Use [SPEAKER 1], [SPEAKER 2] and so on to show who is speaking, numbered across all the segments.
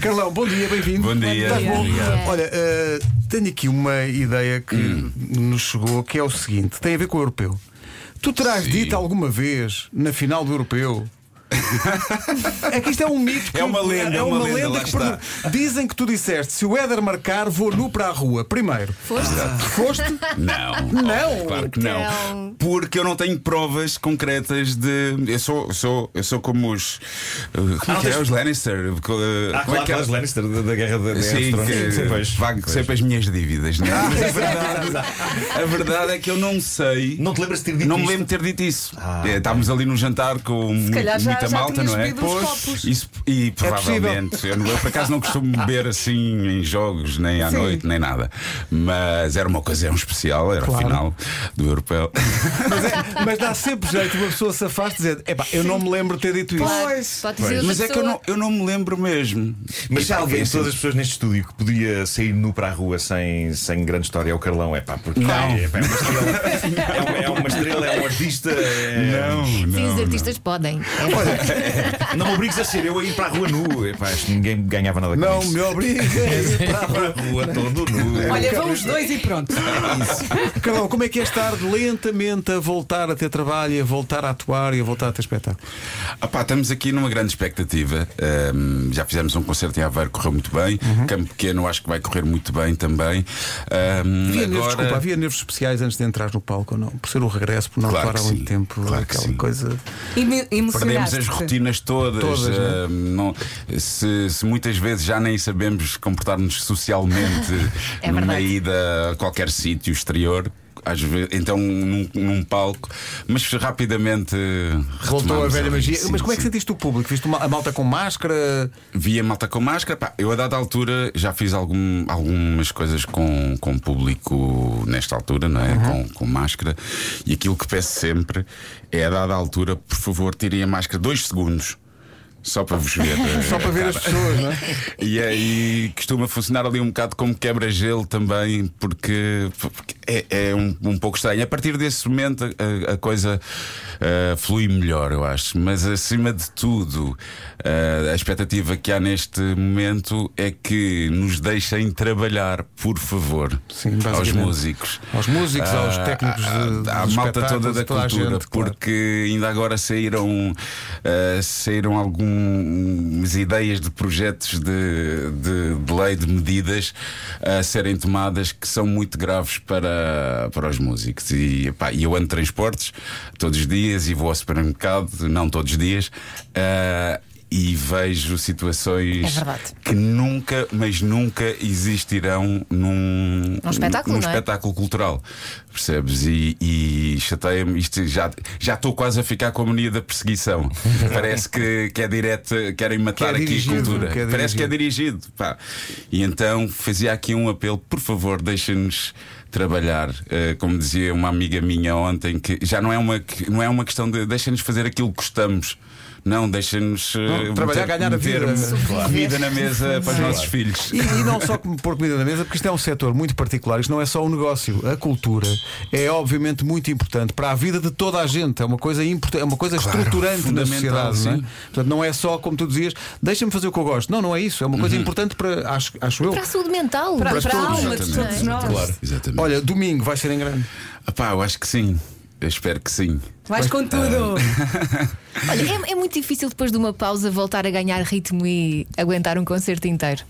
[SPEAKER 1] Carlão, bom dia, bem-vindo.
[SPEAKER 2] Bom dia. Hum.
[SPEAKER 1] Estás bom?
[SPEAKER 2] Obrigado.
[SPEAKER 1] Olha, eh, tenho aqui uma ideia que nos chegou, que é o seguinte: tem a ver com o europeu. Tu terás
[SPEAKER 2] Sim.
[SPEAKER 1] dito alguma vez, na final do europeu. é que isto é um mito. que-
[SPEAKER 2] É uma lenda,
[SPEAKER 1] é uma, lenda,
[SPEAKER 2] lá
[SPEAKER 1] que
[SPEAKER 2] está.
[SPEAKER 1] perdura. Dizem que tu disseste: se o Éder marcar, vou nu para a rua. Primeiro, Ah,
[SPEAKER 3] Foste?
[SPEAKER 1] foste?
[SPEAKER 2] Não.
[SPEAKER 1] Não.
[SPEAKER 2] Claro que não.
[SPEAKER 3] Então.
[SPEAKER 2] Porque eu não tenho provas concretas de. Eu sou, sou, eu sou como os. uh, Como é que é? Os Lannister. Co- uh,
[SPEAKER 4] Ah,
[SPEAKER 2] como é
[SPEAKER 4] claro,
[SPEAKER 2] que é?
[SPEAKER 4] claro, Lannister da, da guerra da da
[SPEAKER 2] Sim,
[SPEAKER 4] Armstrong.
[SPEAKER 2] que,
[SPEAKER 4] Sim, pois,
[SPEAKER 2] pago
[SPEAKER 4] pois. Ah,
[SPEAKER 2] sempre as minhas dívidas, não é? Mas a, verdade, a verdade é que eu não sei.
[SPEAKER 4] Não te lembras de ter dito
[SPEAKER 2] Não me
[SPEAKER 4] isto? Ah,
[SPEAKER 2] lembro de ter dito isso. É, estávamos ali num jantar com mu-
[SPEAKER 3] calhar já-
[SPEAKER 2] muita
[SPEAKER 3] já
[SPEAKER 2] malta,
[SPEAKER 3] tinhas
[SPEAKER 2] não é?
[SPEAKER 3] bebido uns copos.
[SPEAKER 2] isso, e
[SPEAKER 4] É
[SPEAKER 2] provavelmente. eu, não- eu, por acaso não costumo beber assim em jogos, nem à noite, nem nada. Mas era uma ocasião especial, era
[SPEAKER 1] Claro.
[SPEAKER 2] a final do europeu.
[SPEAKER 1] Mas, é- mas dá sempre jeito uma pessoa se afaste dizendo: é pá, eu não me lembro de ter dito isso.
[SPEAKER 3] Claro, pode dizer outra
[SPEAKER 2] Mas é que eu
[SPEAKER 3] pessoa.
[SPEAKER 2] não, eu não me lembro mesmo.
[SPEAKER 4] Mas se há alguém,
[SPEAKER 2] talvez
[SPEAKER 4] de todas as pessoas neste estúdio que podia sair nu para a rua sem, sem grande história, é o Carlão. É pá, porque
[SPEAKER 2] Não.
[SPEAKER 4] É, pá, é uma estrela, é, um- é uma estrela, é um artista. é-
[SPEAKER 2] Não, não.
[SPEAKER 3] Sim, os
[SPEAKER 2] não.
[SPEAKER 3] artistas podem. É
[SPEAKER 4] Não me obrigues a ser eu a ir para a rua nu. É pá, acho que ninguém ganhava nada com
[SPEAKER 1] Não é
[SPEAKER 4] isso.
[SPEAKER 1] me obrigues.
[SPEAKER 4] Para a rua todo nu.
[SPEAKER 5] Olha, vão os dois e pronto.
[SPEAKER 1] Carlão, como é que é estar lentamente a voltar a ter trabalho, e a voltar a atuar e a voltar a ter espetáculo?
[SPEAKER 2] Ah pá, estamos aqui numa grande expectativa. Ahm, já fizemos um concerto em Aveiro, correu muito bem.
[SPEAKER 4] Uhum.
[SPEAKER 2] Campo Pequeno acho que vai correr muito bem também. Ahm,
[SPEAKER 1] Havia nervos,
[SPEAKER 2] agora-
[SPEAKER 1] desculpa, havia nervos especiais antes de entrar no palco ou não? Por ser o regresso, por não
[SPEAKER 2] Claro
[SPEAKER 1] atuar há
[SPEAKER 2] que
[SPEAKER 1] muito
[SPEAKER 2] sim,
[SPEAKER 1] tempo,
[SPEAKER 2] claro que
[SPEAKER 1] aquela
[SPEAKER 2] sim.
[SPEAKER 1] coisa.
[SPEAKER 5] Emo-
[SPEAKER 2] Perdemos
[SPEAKER 5] Emocionaste-te.
[SPEAKER 2] as rotinas todas.
[SPEAKER 1] Todas, não é?
[SPEAKER 2] ahm, não- se, se muitas vezes já nem sabemos comportar-nos socialmente
[SPEAKER 3] É
[SPEAKER 2] numa
[SPEAKER 3] verdade.
[SPEAKER 2] ida a qualquer sítio exterior. Às vezes, então num, num palco, mas rapidamente eh,
[SPEAKER 1] Voltou a
[SPEAKER 2] retomamos
[SPEAKER 1] velha
[SPEAKER 2] ali.
[SPEAKER 1] magia.
[SPEAKER 2] Sim,
[SPEAKER 1] Mas como é que
[SPEAKER 2] sim.
[SPEAKER 1] sentiste o público? Viste uma- a malta com máscara?
[SPEAKER 2] Via malta com máscara. Pá, eu, a dada altura, já fiz algum- algumas coisas com, com público nesta altura, não é?
[SPEAKER 1] Uhum.
[SPEAKER 2] Com, com máscara. E aquilo que peço sempre é, a dada altura, por favor, tirem a máscara dois segundos. Só para vos ver. eh,
[SPEAKER 1] Só para ver as
[SPEAKER 2] cara.
[SPEAKER 1] pessoas, não é?
[SPEAKER 2] E aí costuma funcionar ali um bocado como quebra-gelo também, porque, porque é, é um, um pouco estranho. A partir desse momento a- a, a coisa ah, flui melhor, eu acho. Mas acima de tudo, ah, a expectativa que há neste momento é que nos deixem trabalhar, por favor,
[SPEAKER 1] Sim,
[SPEAKER 2] aos
[SPEAKER 1] basicamente.
[SPEAKER 2] músicos.
[SPEAKER 1] Aos músicos, aos
[SPEAKER 2] Ah,
[SPEAKER 1] técnicos
[SPEAKER 2] à-
[SPEAKER 1] de-
[SPEAKER 2] à- à
[SPEAKER 1] dos
[SPEAKER 2] malta toda
[SPEAKER 1] espetáculos,
[SPEAKER 2] da
[SPEAKER 1] a toda a
[SPEAKER 2] cultura,
[SPEAKER 1] gente, claro.
[SPEAKER 2] porque ainda agora saíram, ah, saíram algumas ideias de projetos de, de, de lei, de medidas a serem tomadas que são muito graves para, para os músicos. E epá, eu ando de transportes todos os dias e vou ao supermercado, não todos os dias. ah, e vejo situações
[SPEAKER 3] É verdade.
[SPEAKER 2] que nunca, mas nunca existirão num,
[SPEAKER 1] Um
[SPEAKER 3] Num espetáculo,
[SPEAKER 2] num
[SPEAKER 3] não é?
[SPEAKER 2] Um espetáculo cultural. Percebes? E, e chateia-me. Isto já já estou quase a ficar com a mania da perseguição. Parece que, que é direto, querem matar
[SPEAKER 1] Que é
[SPEAKER 2] aqui
[SPEAKER 1] dirigido,
[SPEAKER 2] a cultura.
[SPEAKER 1] que é
[SPEAKER 2] Parece que é dirigido. pá. E então fazia aqui um apelo: por favor, deixem-nos. Trabalhar, Eh, como dizia uma amiga minha ontem, que já não é uma, que- não é uma questão de deixem-nos fazer aquilo que gostamos, não, deixem-nos eh,
[SPEAKER 1] Não, trabalhar,
[SPEAKER 2] meter-
[SPEAKER 1] ganhar a
[SPEAKER 2] meter
[SPEAKER 1] vida.
[SPEAKER 2] comida na mesa para os nossos filhos.
[SPEAKER 1] E, e não só com- pôr comida na mesa, porque isto é um setor muito particular, isto não é só um negócio. A cultura é obviamente muito importante para a vida de toda a gente, é uma coisa, import- é uma coisa
[SPEAKER 2] Claro,
[SPEAKER 1] estruturante na
[SPEAKER 2] fundamental,
[SPEAKER 1] sociedade. Não é?
[SPEAKER 2] sim.
[SPEAKER 1] Portanto, não é só como tu dizias, deixa-me fazer o que eu gosto. Não, não é isso, é uma coisa importante para, acho, acho eu.
[SPEAKER 5] Uhum.
[SPEAKER 3] Para a saúde mental.
[SPEAKER 5] Para- para a alma de
[SPEAKER 2] Exatamente.
[SPEAKER 5] todos nós.
[SPEAKER 2] Claro, exatamente.
[SPEAKER 1] Olha, domingo vai ser em grande.
[SPEAKER 2] Epá, eu acho que sim. Eu espero que sim.
[SPEAKER 5] Vais com tudo.
[SPEAKER 3] Olha, é, é muito difícil depois de uma pausa voltar a ganhar ritmo e aguentar um concerto inteiro.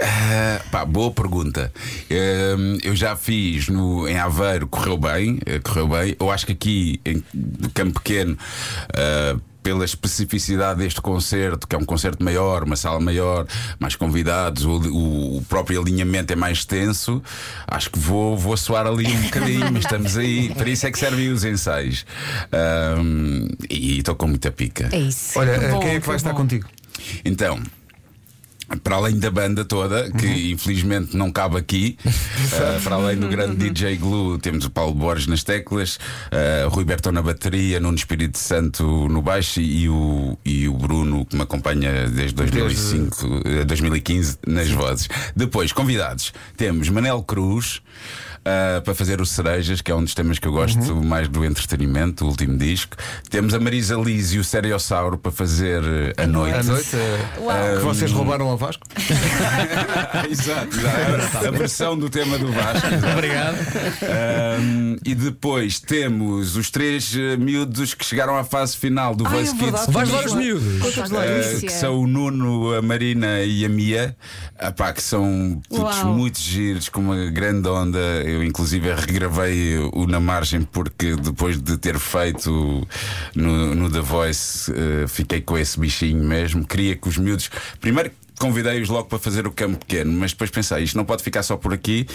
[SPEAKER 2] Ah, pá, boa pergunta. Ehm, eu já fiz no, em Aveiro, correu bem, eh, correu bem. Eu acho que aqui em Campo Pequeno. ah, pela especificidade deste concerto, que é um concerto maior, uma sala maior, mais convidados, o, o- o próprio alinhamento é mais extenso, acho que vou, vou soar ali um bocadinho, mas estamos aí. Para isso é que servem os ensaios. Ahm, e estou com muita pica.
[SPEAKER 3] É isso.
[SPEAKER 1] Olha,
[SPEAKER 5] Que
[SPEAKER 1] eh,
[SPEAKER 5] bom,
[SPEAKER 1] quem é que
[SPEAKER 5] que
[SPEAKER 1] vai estar
[SPEAKER 5] bom.
[SPEAKER 1] contigo?
[SPEAKER 2] Então, para além da banda toda, que infelizmente não cabe aqui, eh, para além do grande DJ Glue, temos o Paulo Borges nas teclas, eh, Rui Bertão na bateria, Nuno Espírito Santo no baixo e o, e o Bruno, que me acompanha desde 2005, eh, 2015 nas vozes. Depois, convidados, temos Manel Cruz. ah, para fazer o Cerejas, que é um dos temas que eu gosto mais do entretenimento, o último disco. Temos a Marisa Liz e o Seriossauro para fazer eh, a noite.
[SPEAKER 1] À noite, eh,
[SPEAKER 3] Uau.
[SPEAKER 1] que vocês roubaram ao Vasco.
[SPEAKER 2] exato, exato. A versão do tema do Vasco. Obrigado. e depois temos os três eh, miúdos que chegaram à fase final do
[SPEAKER 5] Ai,
[SPEAKER 2] Voice
[SPEAKER 5] é
[SPEAKER 2] Kids.
[SPEAKER 5] verdade.
[SPEAKER 6] Vais lá
[SPEAKER 5] Diz
[SPEAKER 6] os
[SPEAKER 5] lá.
[SPEAKER 6] miúdos.
[SPEAKER 3] Conta-nos lá,
[SPEAKER 2] Eh,
[SPEAKER 3] Lúcia.
[SPEAKER 2] que são o Nuno, a Marina e a Mia, Ah pá, que são putos
[SPEAKER 5] Uau.
[SPEAKER 2] muito giros, com uma grande onda. Eu, inclusive, regravei o Na Margem, porque depois de ter feito no, no The Voice, eh, fiquei com esse bichinho mesmo. Queria que os miúdos. Primeiro. Convidei-os logo para fazer o campo pequeno, mas depois pensei, isto não pode ficar só por aqui,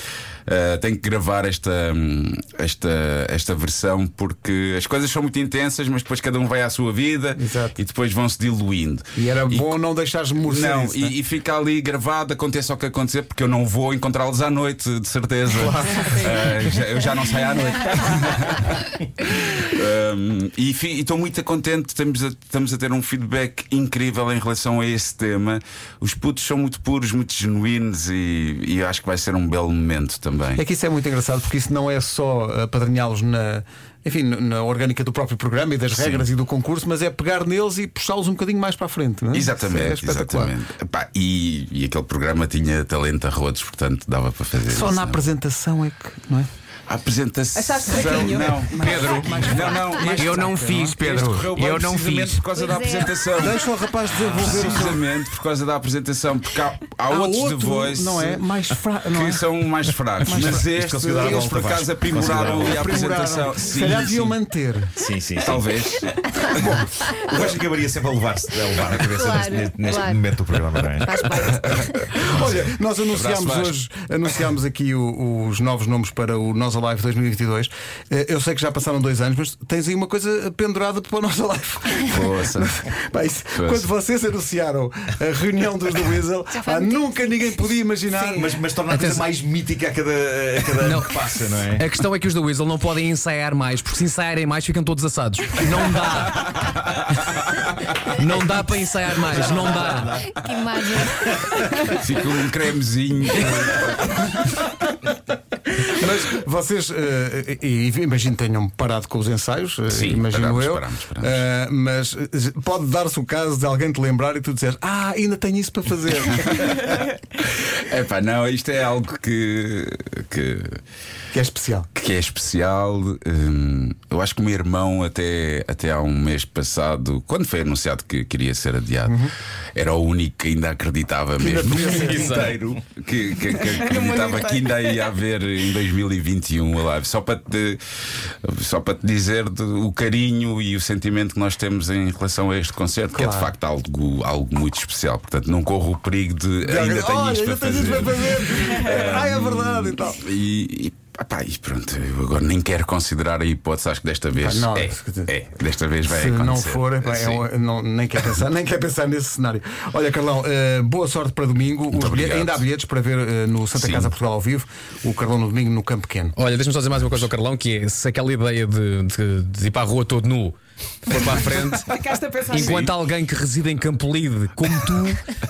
[SPEAKER 2] eh, tenho que gravar esta, hum, esta, esta versão porque as coisas são muito intensas, mas depois cada um vai à sua vida
[SPEAKER 1] Exato.
[SPEAKER 2] e depois vão-se diluindo.
[SPEAKER 1] E era bom não deixares-me morrer.
[SPEAKER 2] Não, e, e fica ali gravado, aconteça o que acontecer, porque eu não vou encontrá-los à noite, de certeza. Ah, já- eu já não saio à noite. Um, e fi- e estou muito contente, estamos a, estamos a ter um feedback incrível em relação a esse tema. Os putos são muito puros, muito genuínos e, e acho que vai ser um belo momento também.
[SPEAKER 1] É que isso é muito engraçado porque isso não é só apadrinhá-los na, enfim, na- na orgânica do próprio programa e das
[SPEAKER 2] Sim.
[SPEAKER 1] regras e do concurso, mas é pegar neles e puxá-los um bocadinho mais para a frente. Não é? Isso é
[SPEAKER 2] Exatamente,
[SPEAKER 1] espetacular.
[SPEAKER 2] exatamente. Epá, e, e aquele programa tinha talento a rodos, portanto dava para fazer
[SPEAKER 1] Só
[SPEAKER 2] isso,
[SPEAKER 1] na
[SPEAKER 2] não é?
[SPEAKER 1] apresentação é que, não é?
[SPEAKER 2] A apresentação.
[SPEAKER 5] Achaste fraquinho?
[SPEAKER 2] Não, Pedro. Não, não. este-
[SPEAKER 6] Eu não fiz,
[SPEAKER 2] este
[SPEAKER 6] Pedro.
[SPEAKER 2] correu bem
[SPEAKER 6] Eu não
[SPEAKER 2] precisamente
[SPEAKER 6] fiz.
[SPEAKER 2] Por causa da
[SPEAKER 3] Pois é.
[SPEAKER 2] apresentação.
[SPEAKER 1] Deixa o rapaz desenvolver o seu.
[SPEAKER 2] Precisamente por causa da apresentação, porque há, há outros de voice eh,
[SPEAKER 1] não é? Mais fraco, não
[SPEAKER 2] que
[SPEAKER 1] é?
[SPEAKER 2] são mais fracos,
[SPEAKER 1] Mais
[SPEAKER 2] mas
[SPEAKER 1] fracos.
[SPEAKER 2] este,
[SPEAKER 4] Isto considerava
[SPEAKER 2] eles
[SPEAKER 4] um
[SPEAKER 2] por acaso
[SPEAKER 4] Vasco.
[SPEAKER 2] aprimoraram ali a
[SPEAKER 1] Aprimoraram.
[SPEAKER 2] apresentação.
[SPEAKER 1] Se
[SPEAKER 2] Sim,
[SPEAKER 1] calhar
[SPEAKER 2] sim.
[SPEAKER 1] deviam manter.
[SPEAKER 4] Sim, sim. sim.
[SPEAKER 2] Talvez.
[SPEAKER 4] O Vasco acabaria sempre a levar-se a levar a cabeça
[SPEAKER 3] Claro,
[SPEAKER 4] neste, neste
[SPEAKER 3] claro.
[SPEAKER 4] momento do programa, não é?
[SPEAKER 3] Faz parte.
[SPEAKER 1] Olha, nós anunciámos
[SPEAKER 2] Vasco.
[SPEAKER 1] hoje anunciámos aqui o- os novos nomes para o Nós Alive 2022. Eh, Eu sei que já passaram dois anos, mas tens aí uma coisa pendurada para o Nós Alive.
[SPEAKER 2] Poça.
[SPEAKER 1] Pá, isso-
[SPEAKER 2] Pois.
[SPEAKER 1] quando vocês anunciaram a reunião dos do Weasel,
[SPEAKER 3] foi
[SPEAKER 1] pá,
[SPEAKER 3] muito
[SPEAKER 1] nunca ninguém podia imaginar.
[SPEAKER 4] Mas, mas torna a coisa
[SPEAKER 6] Atenção.
[SPEAKER 4] mais mítica a cada, a cada ano
[SPEAKER 6] Não.
[SPEAKER 4] que passa, não é?
[SPEAKER 6] A questão é que os da Weasel não podem ensaiar mais, porque se ensaiarem mais ficam todos assados. Não dá. Não dá para ensaiar mais, não dá.
[SPEAKER 3] Que imagem.
[SPEAKER 2] Fica um cremezinho.
[SPEAKER 1] Mas vocês, eh, e- e imagino que tenham parado com os ensaios, eh,
[SPEAKER 2] Sim,
[SPEAKER 1] imagino
[SPEAKER 2] parámos,
[SPEAKER 1] eu.
[SPEAKER 2] parámos, parámos.
[SPEAKER 1] Eh, mas eh, pode dar-se o caso de alguém te lembrar e tu disseres, ah, ainda tenho isso para fazer.
[SPEAKER 2] Epá, não, isto é algo que- que
[SPEAKER 1] que é especial.
[SPEAKER 2] que é especial. hum, eu acho que o meu irmão, até, até há um mês passado, quando foi anunciado que queria ser adiado,
[SPEAKER 1] Uhum.
[SPEAKER 2] era o único que ainda acreditava mesmo. no mundo É inteiro que, que- que acreditava que ainda ia haver em 2021 a live. Só para te, só para te dizer de- o carinho e o sentimento que nós temos em relação a este concerto, que é de
[SPEAKER 1] Claro.
[SPEAKER 2] facto algo, algo muito especial. Portanto, não corro o perigo de ainda
[SPEAKER 1] Olha,
[SPEAKER 2] tenho isto para
[SPEAKER 1] ainda tenho isto
[SPEAKER 2] fazer.
[SPEAKER 1] para fazer. ah, é verdade e tal.
[SPEAKER 2] E, e, epá, e pronto, eu agora nem quero considerar a hipótese, acho que desta vez
[SPEAKER 1] Epá, não,
[SPEAKER 2] é,
[SPEAKER 1] quer dizer,
[SPEAKER 2] é, desta vez vai
[SPEAKER 1] Se
[SPEAKER 2] acontecer.
[SPEAKER 1] não for, epá, é
[SPEAKER 2] Sim.
[SPEAKER 1] um- não- nem, quer pensar, nem quer pensar nesse cenário. Olha, Carlão, eh, boa sorte para domingo. Os bilhe-
[SPEAKER 2] obrigado.
[SPEAKER 1] ainda há bilhetes para ver eh, no Santa
[SPEAKER 2] Sim.
[SPEAKER 1] Casa Portugal ao vivo. O Carlão no domingo no Campo Pequeno.
[SPEAKER 6] Olha, deixa-me só dizer mais uma coisa ao Carlão: que é se aquela ideia de, de- de ir para a rua todo nu for para a frente.
[SPEAKER 5] Ficaste a pensar nisso.
[SPEAKER 6] Enquanto alguém que reside em Campolide, como tu,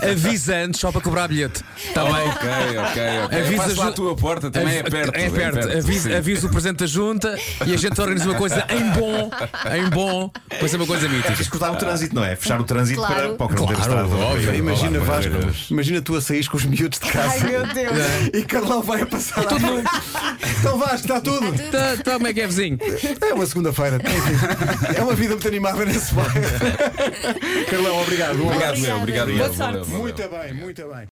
[SPEAKER 6] avisa antes só para cobrar bilhete. Está bem?
[SPEAKER 2] Ok, ok, ok.
[SPEAKER 6] Avisa
[SPEAKER 2] Avisa lá
[SPEAKER 6] ju-
[SPEAKER 2] a tua porta, também é
[SPEAKER 6] Avi-
[SPEAKER 2] perto.
[SPEAKER 6] É perto.
[SPEAKER 2] sim.
[SPEAKER 6] Avisa, avisa o presidente da junta e a gente organiza uma coisa em bom, em bom, vai ser uma coisa mítica.
[SPEAKER 4] Escutar o trânsito, não é? Fechar o trânsito
[SPEAKER 3] Claro.
[SPEAKER 4] para, para o crono
[SPEAKER 6] Claro, óbvio.
[SPEAKER 1] Imagina, Vasco, imagina tu a saís com os miúdos de
[SPEAKER 5] Ai
[SPEAKER 1] casa é?
[SPEAKER 5] meu Deus. É
[SPEAKER 1] e Carlão vai a passar. à frente. então Vasco, está tudo.
[SPEAKER 6] Tá, tá, como é que é, vizinho?
[SPEAKER 1] É uma segunda-feira. Enfim, É uma vida muito animada nesse bairro. Carlão, obrigado. Um
[SPEAKER 2] Obrigado, meu. Obrigado, meu.
[SPEAKER 5] Boa sorte.
[SPEAKER 2] Valeu, valeu.
[SPEAKER 1] Muito bem, muito bem.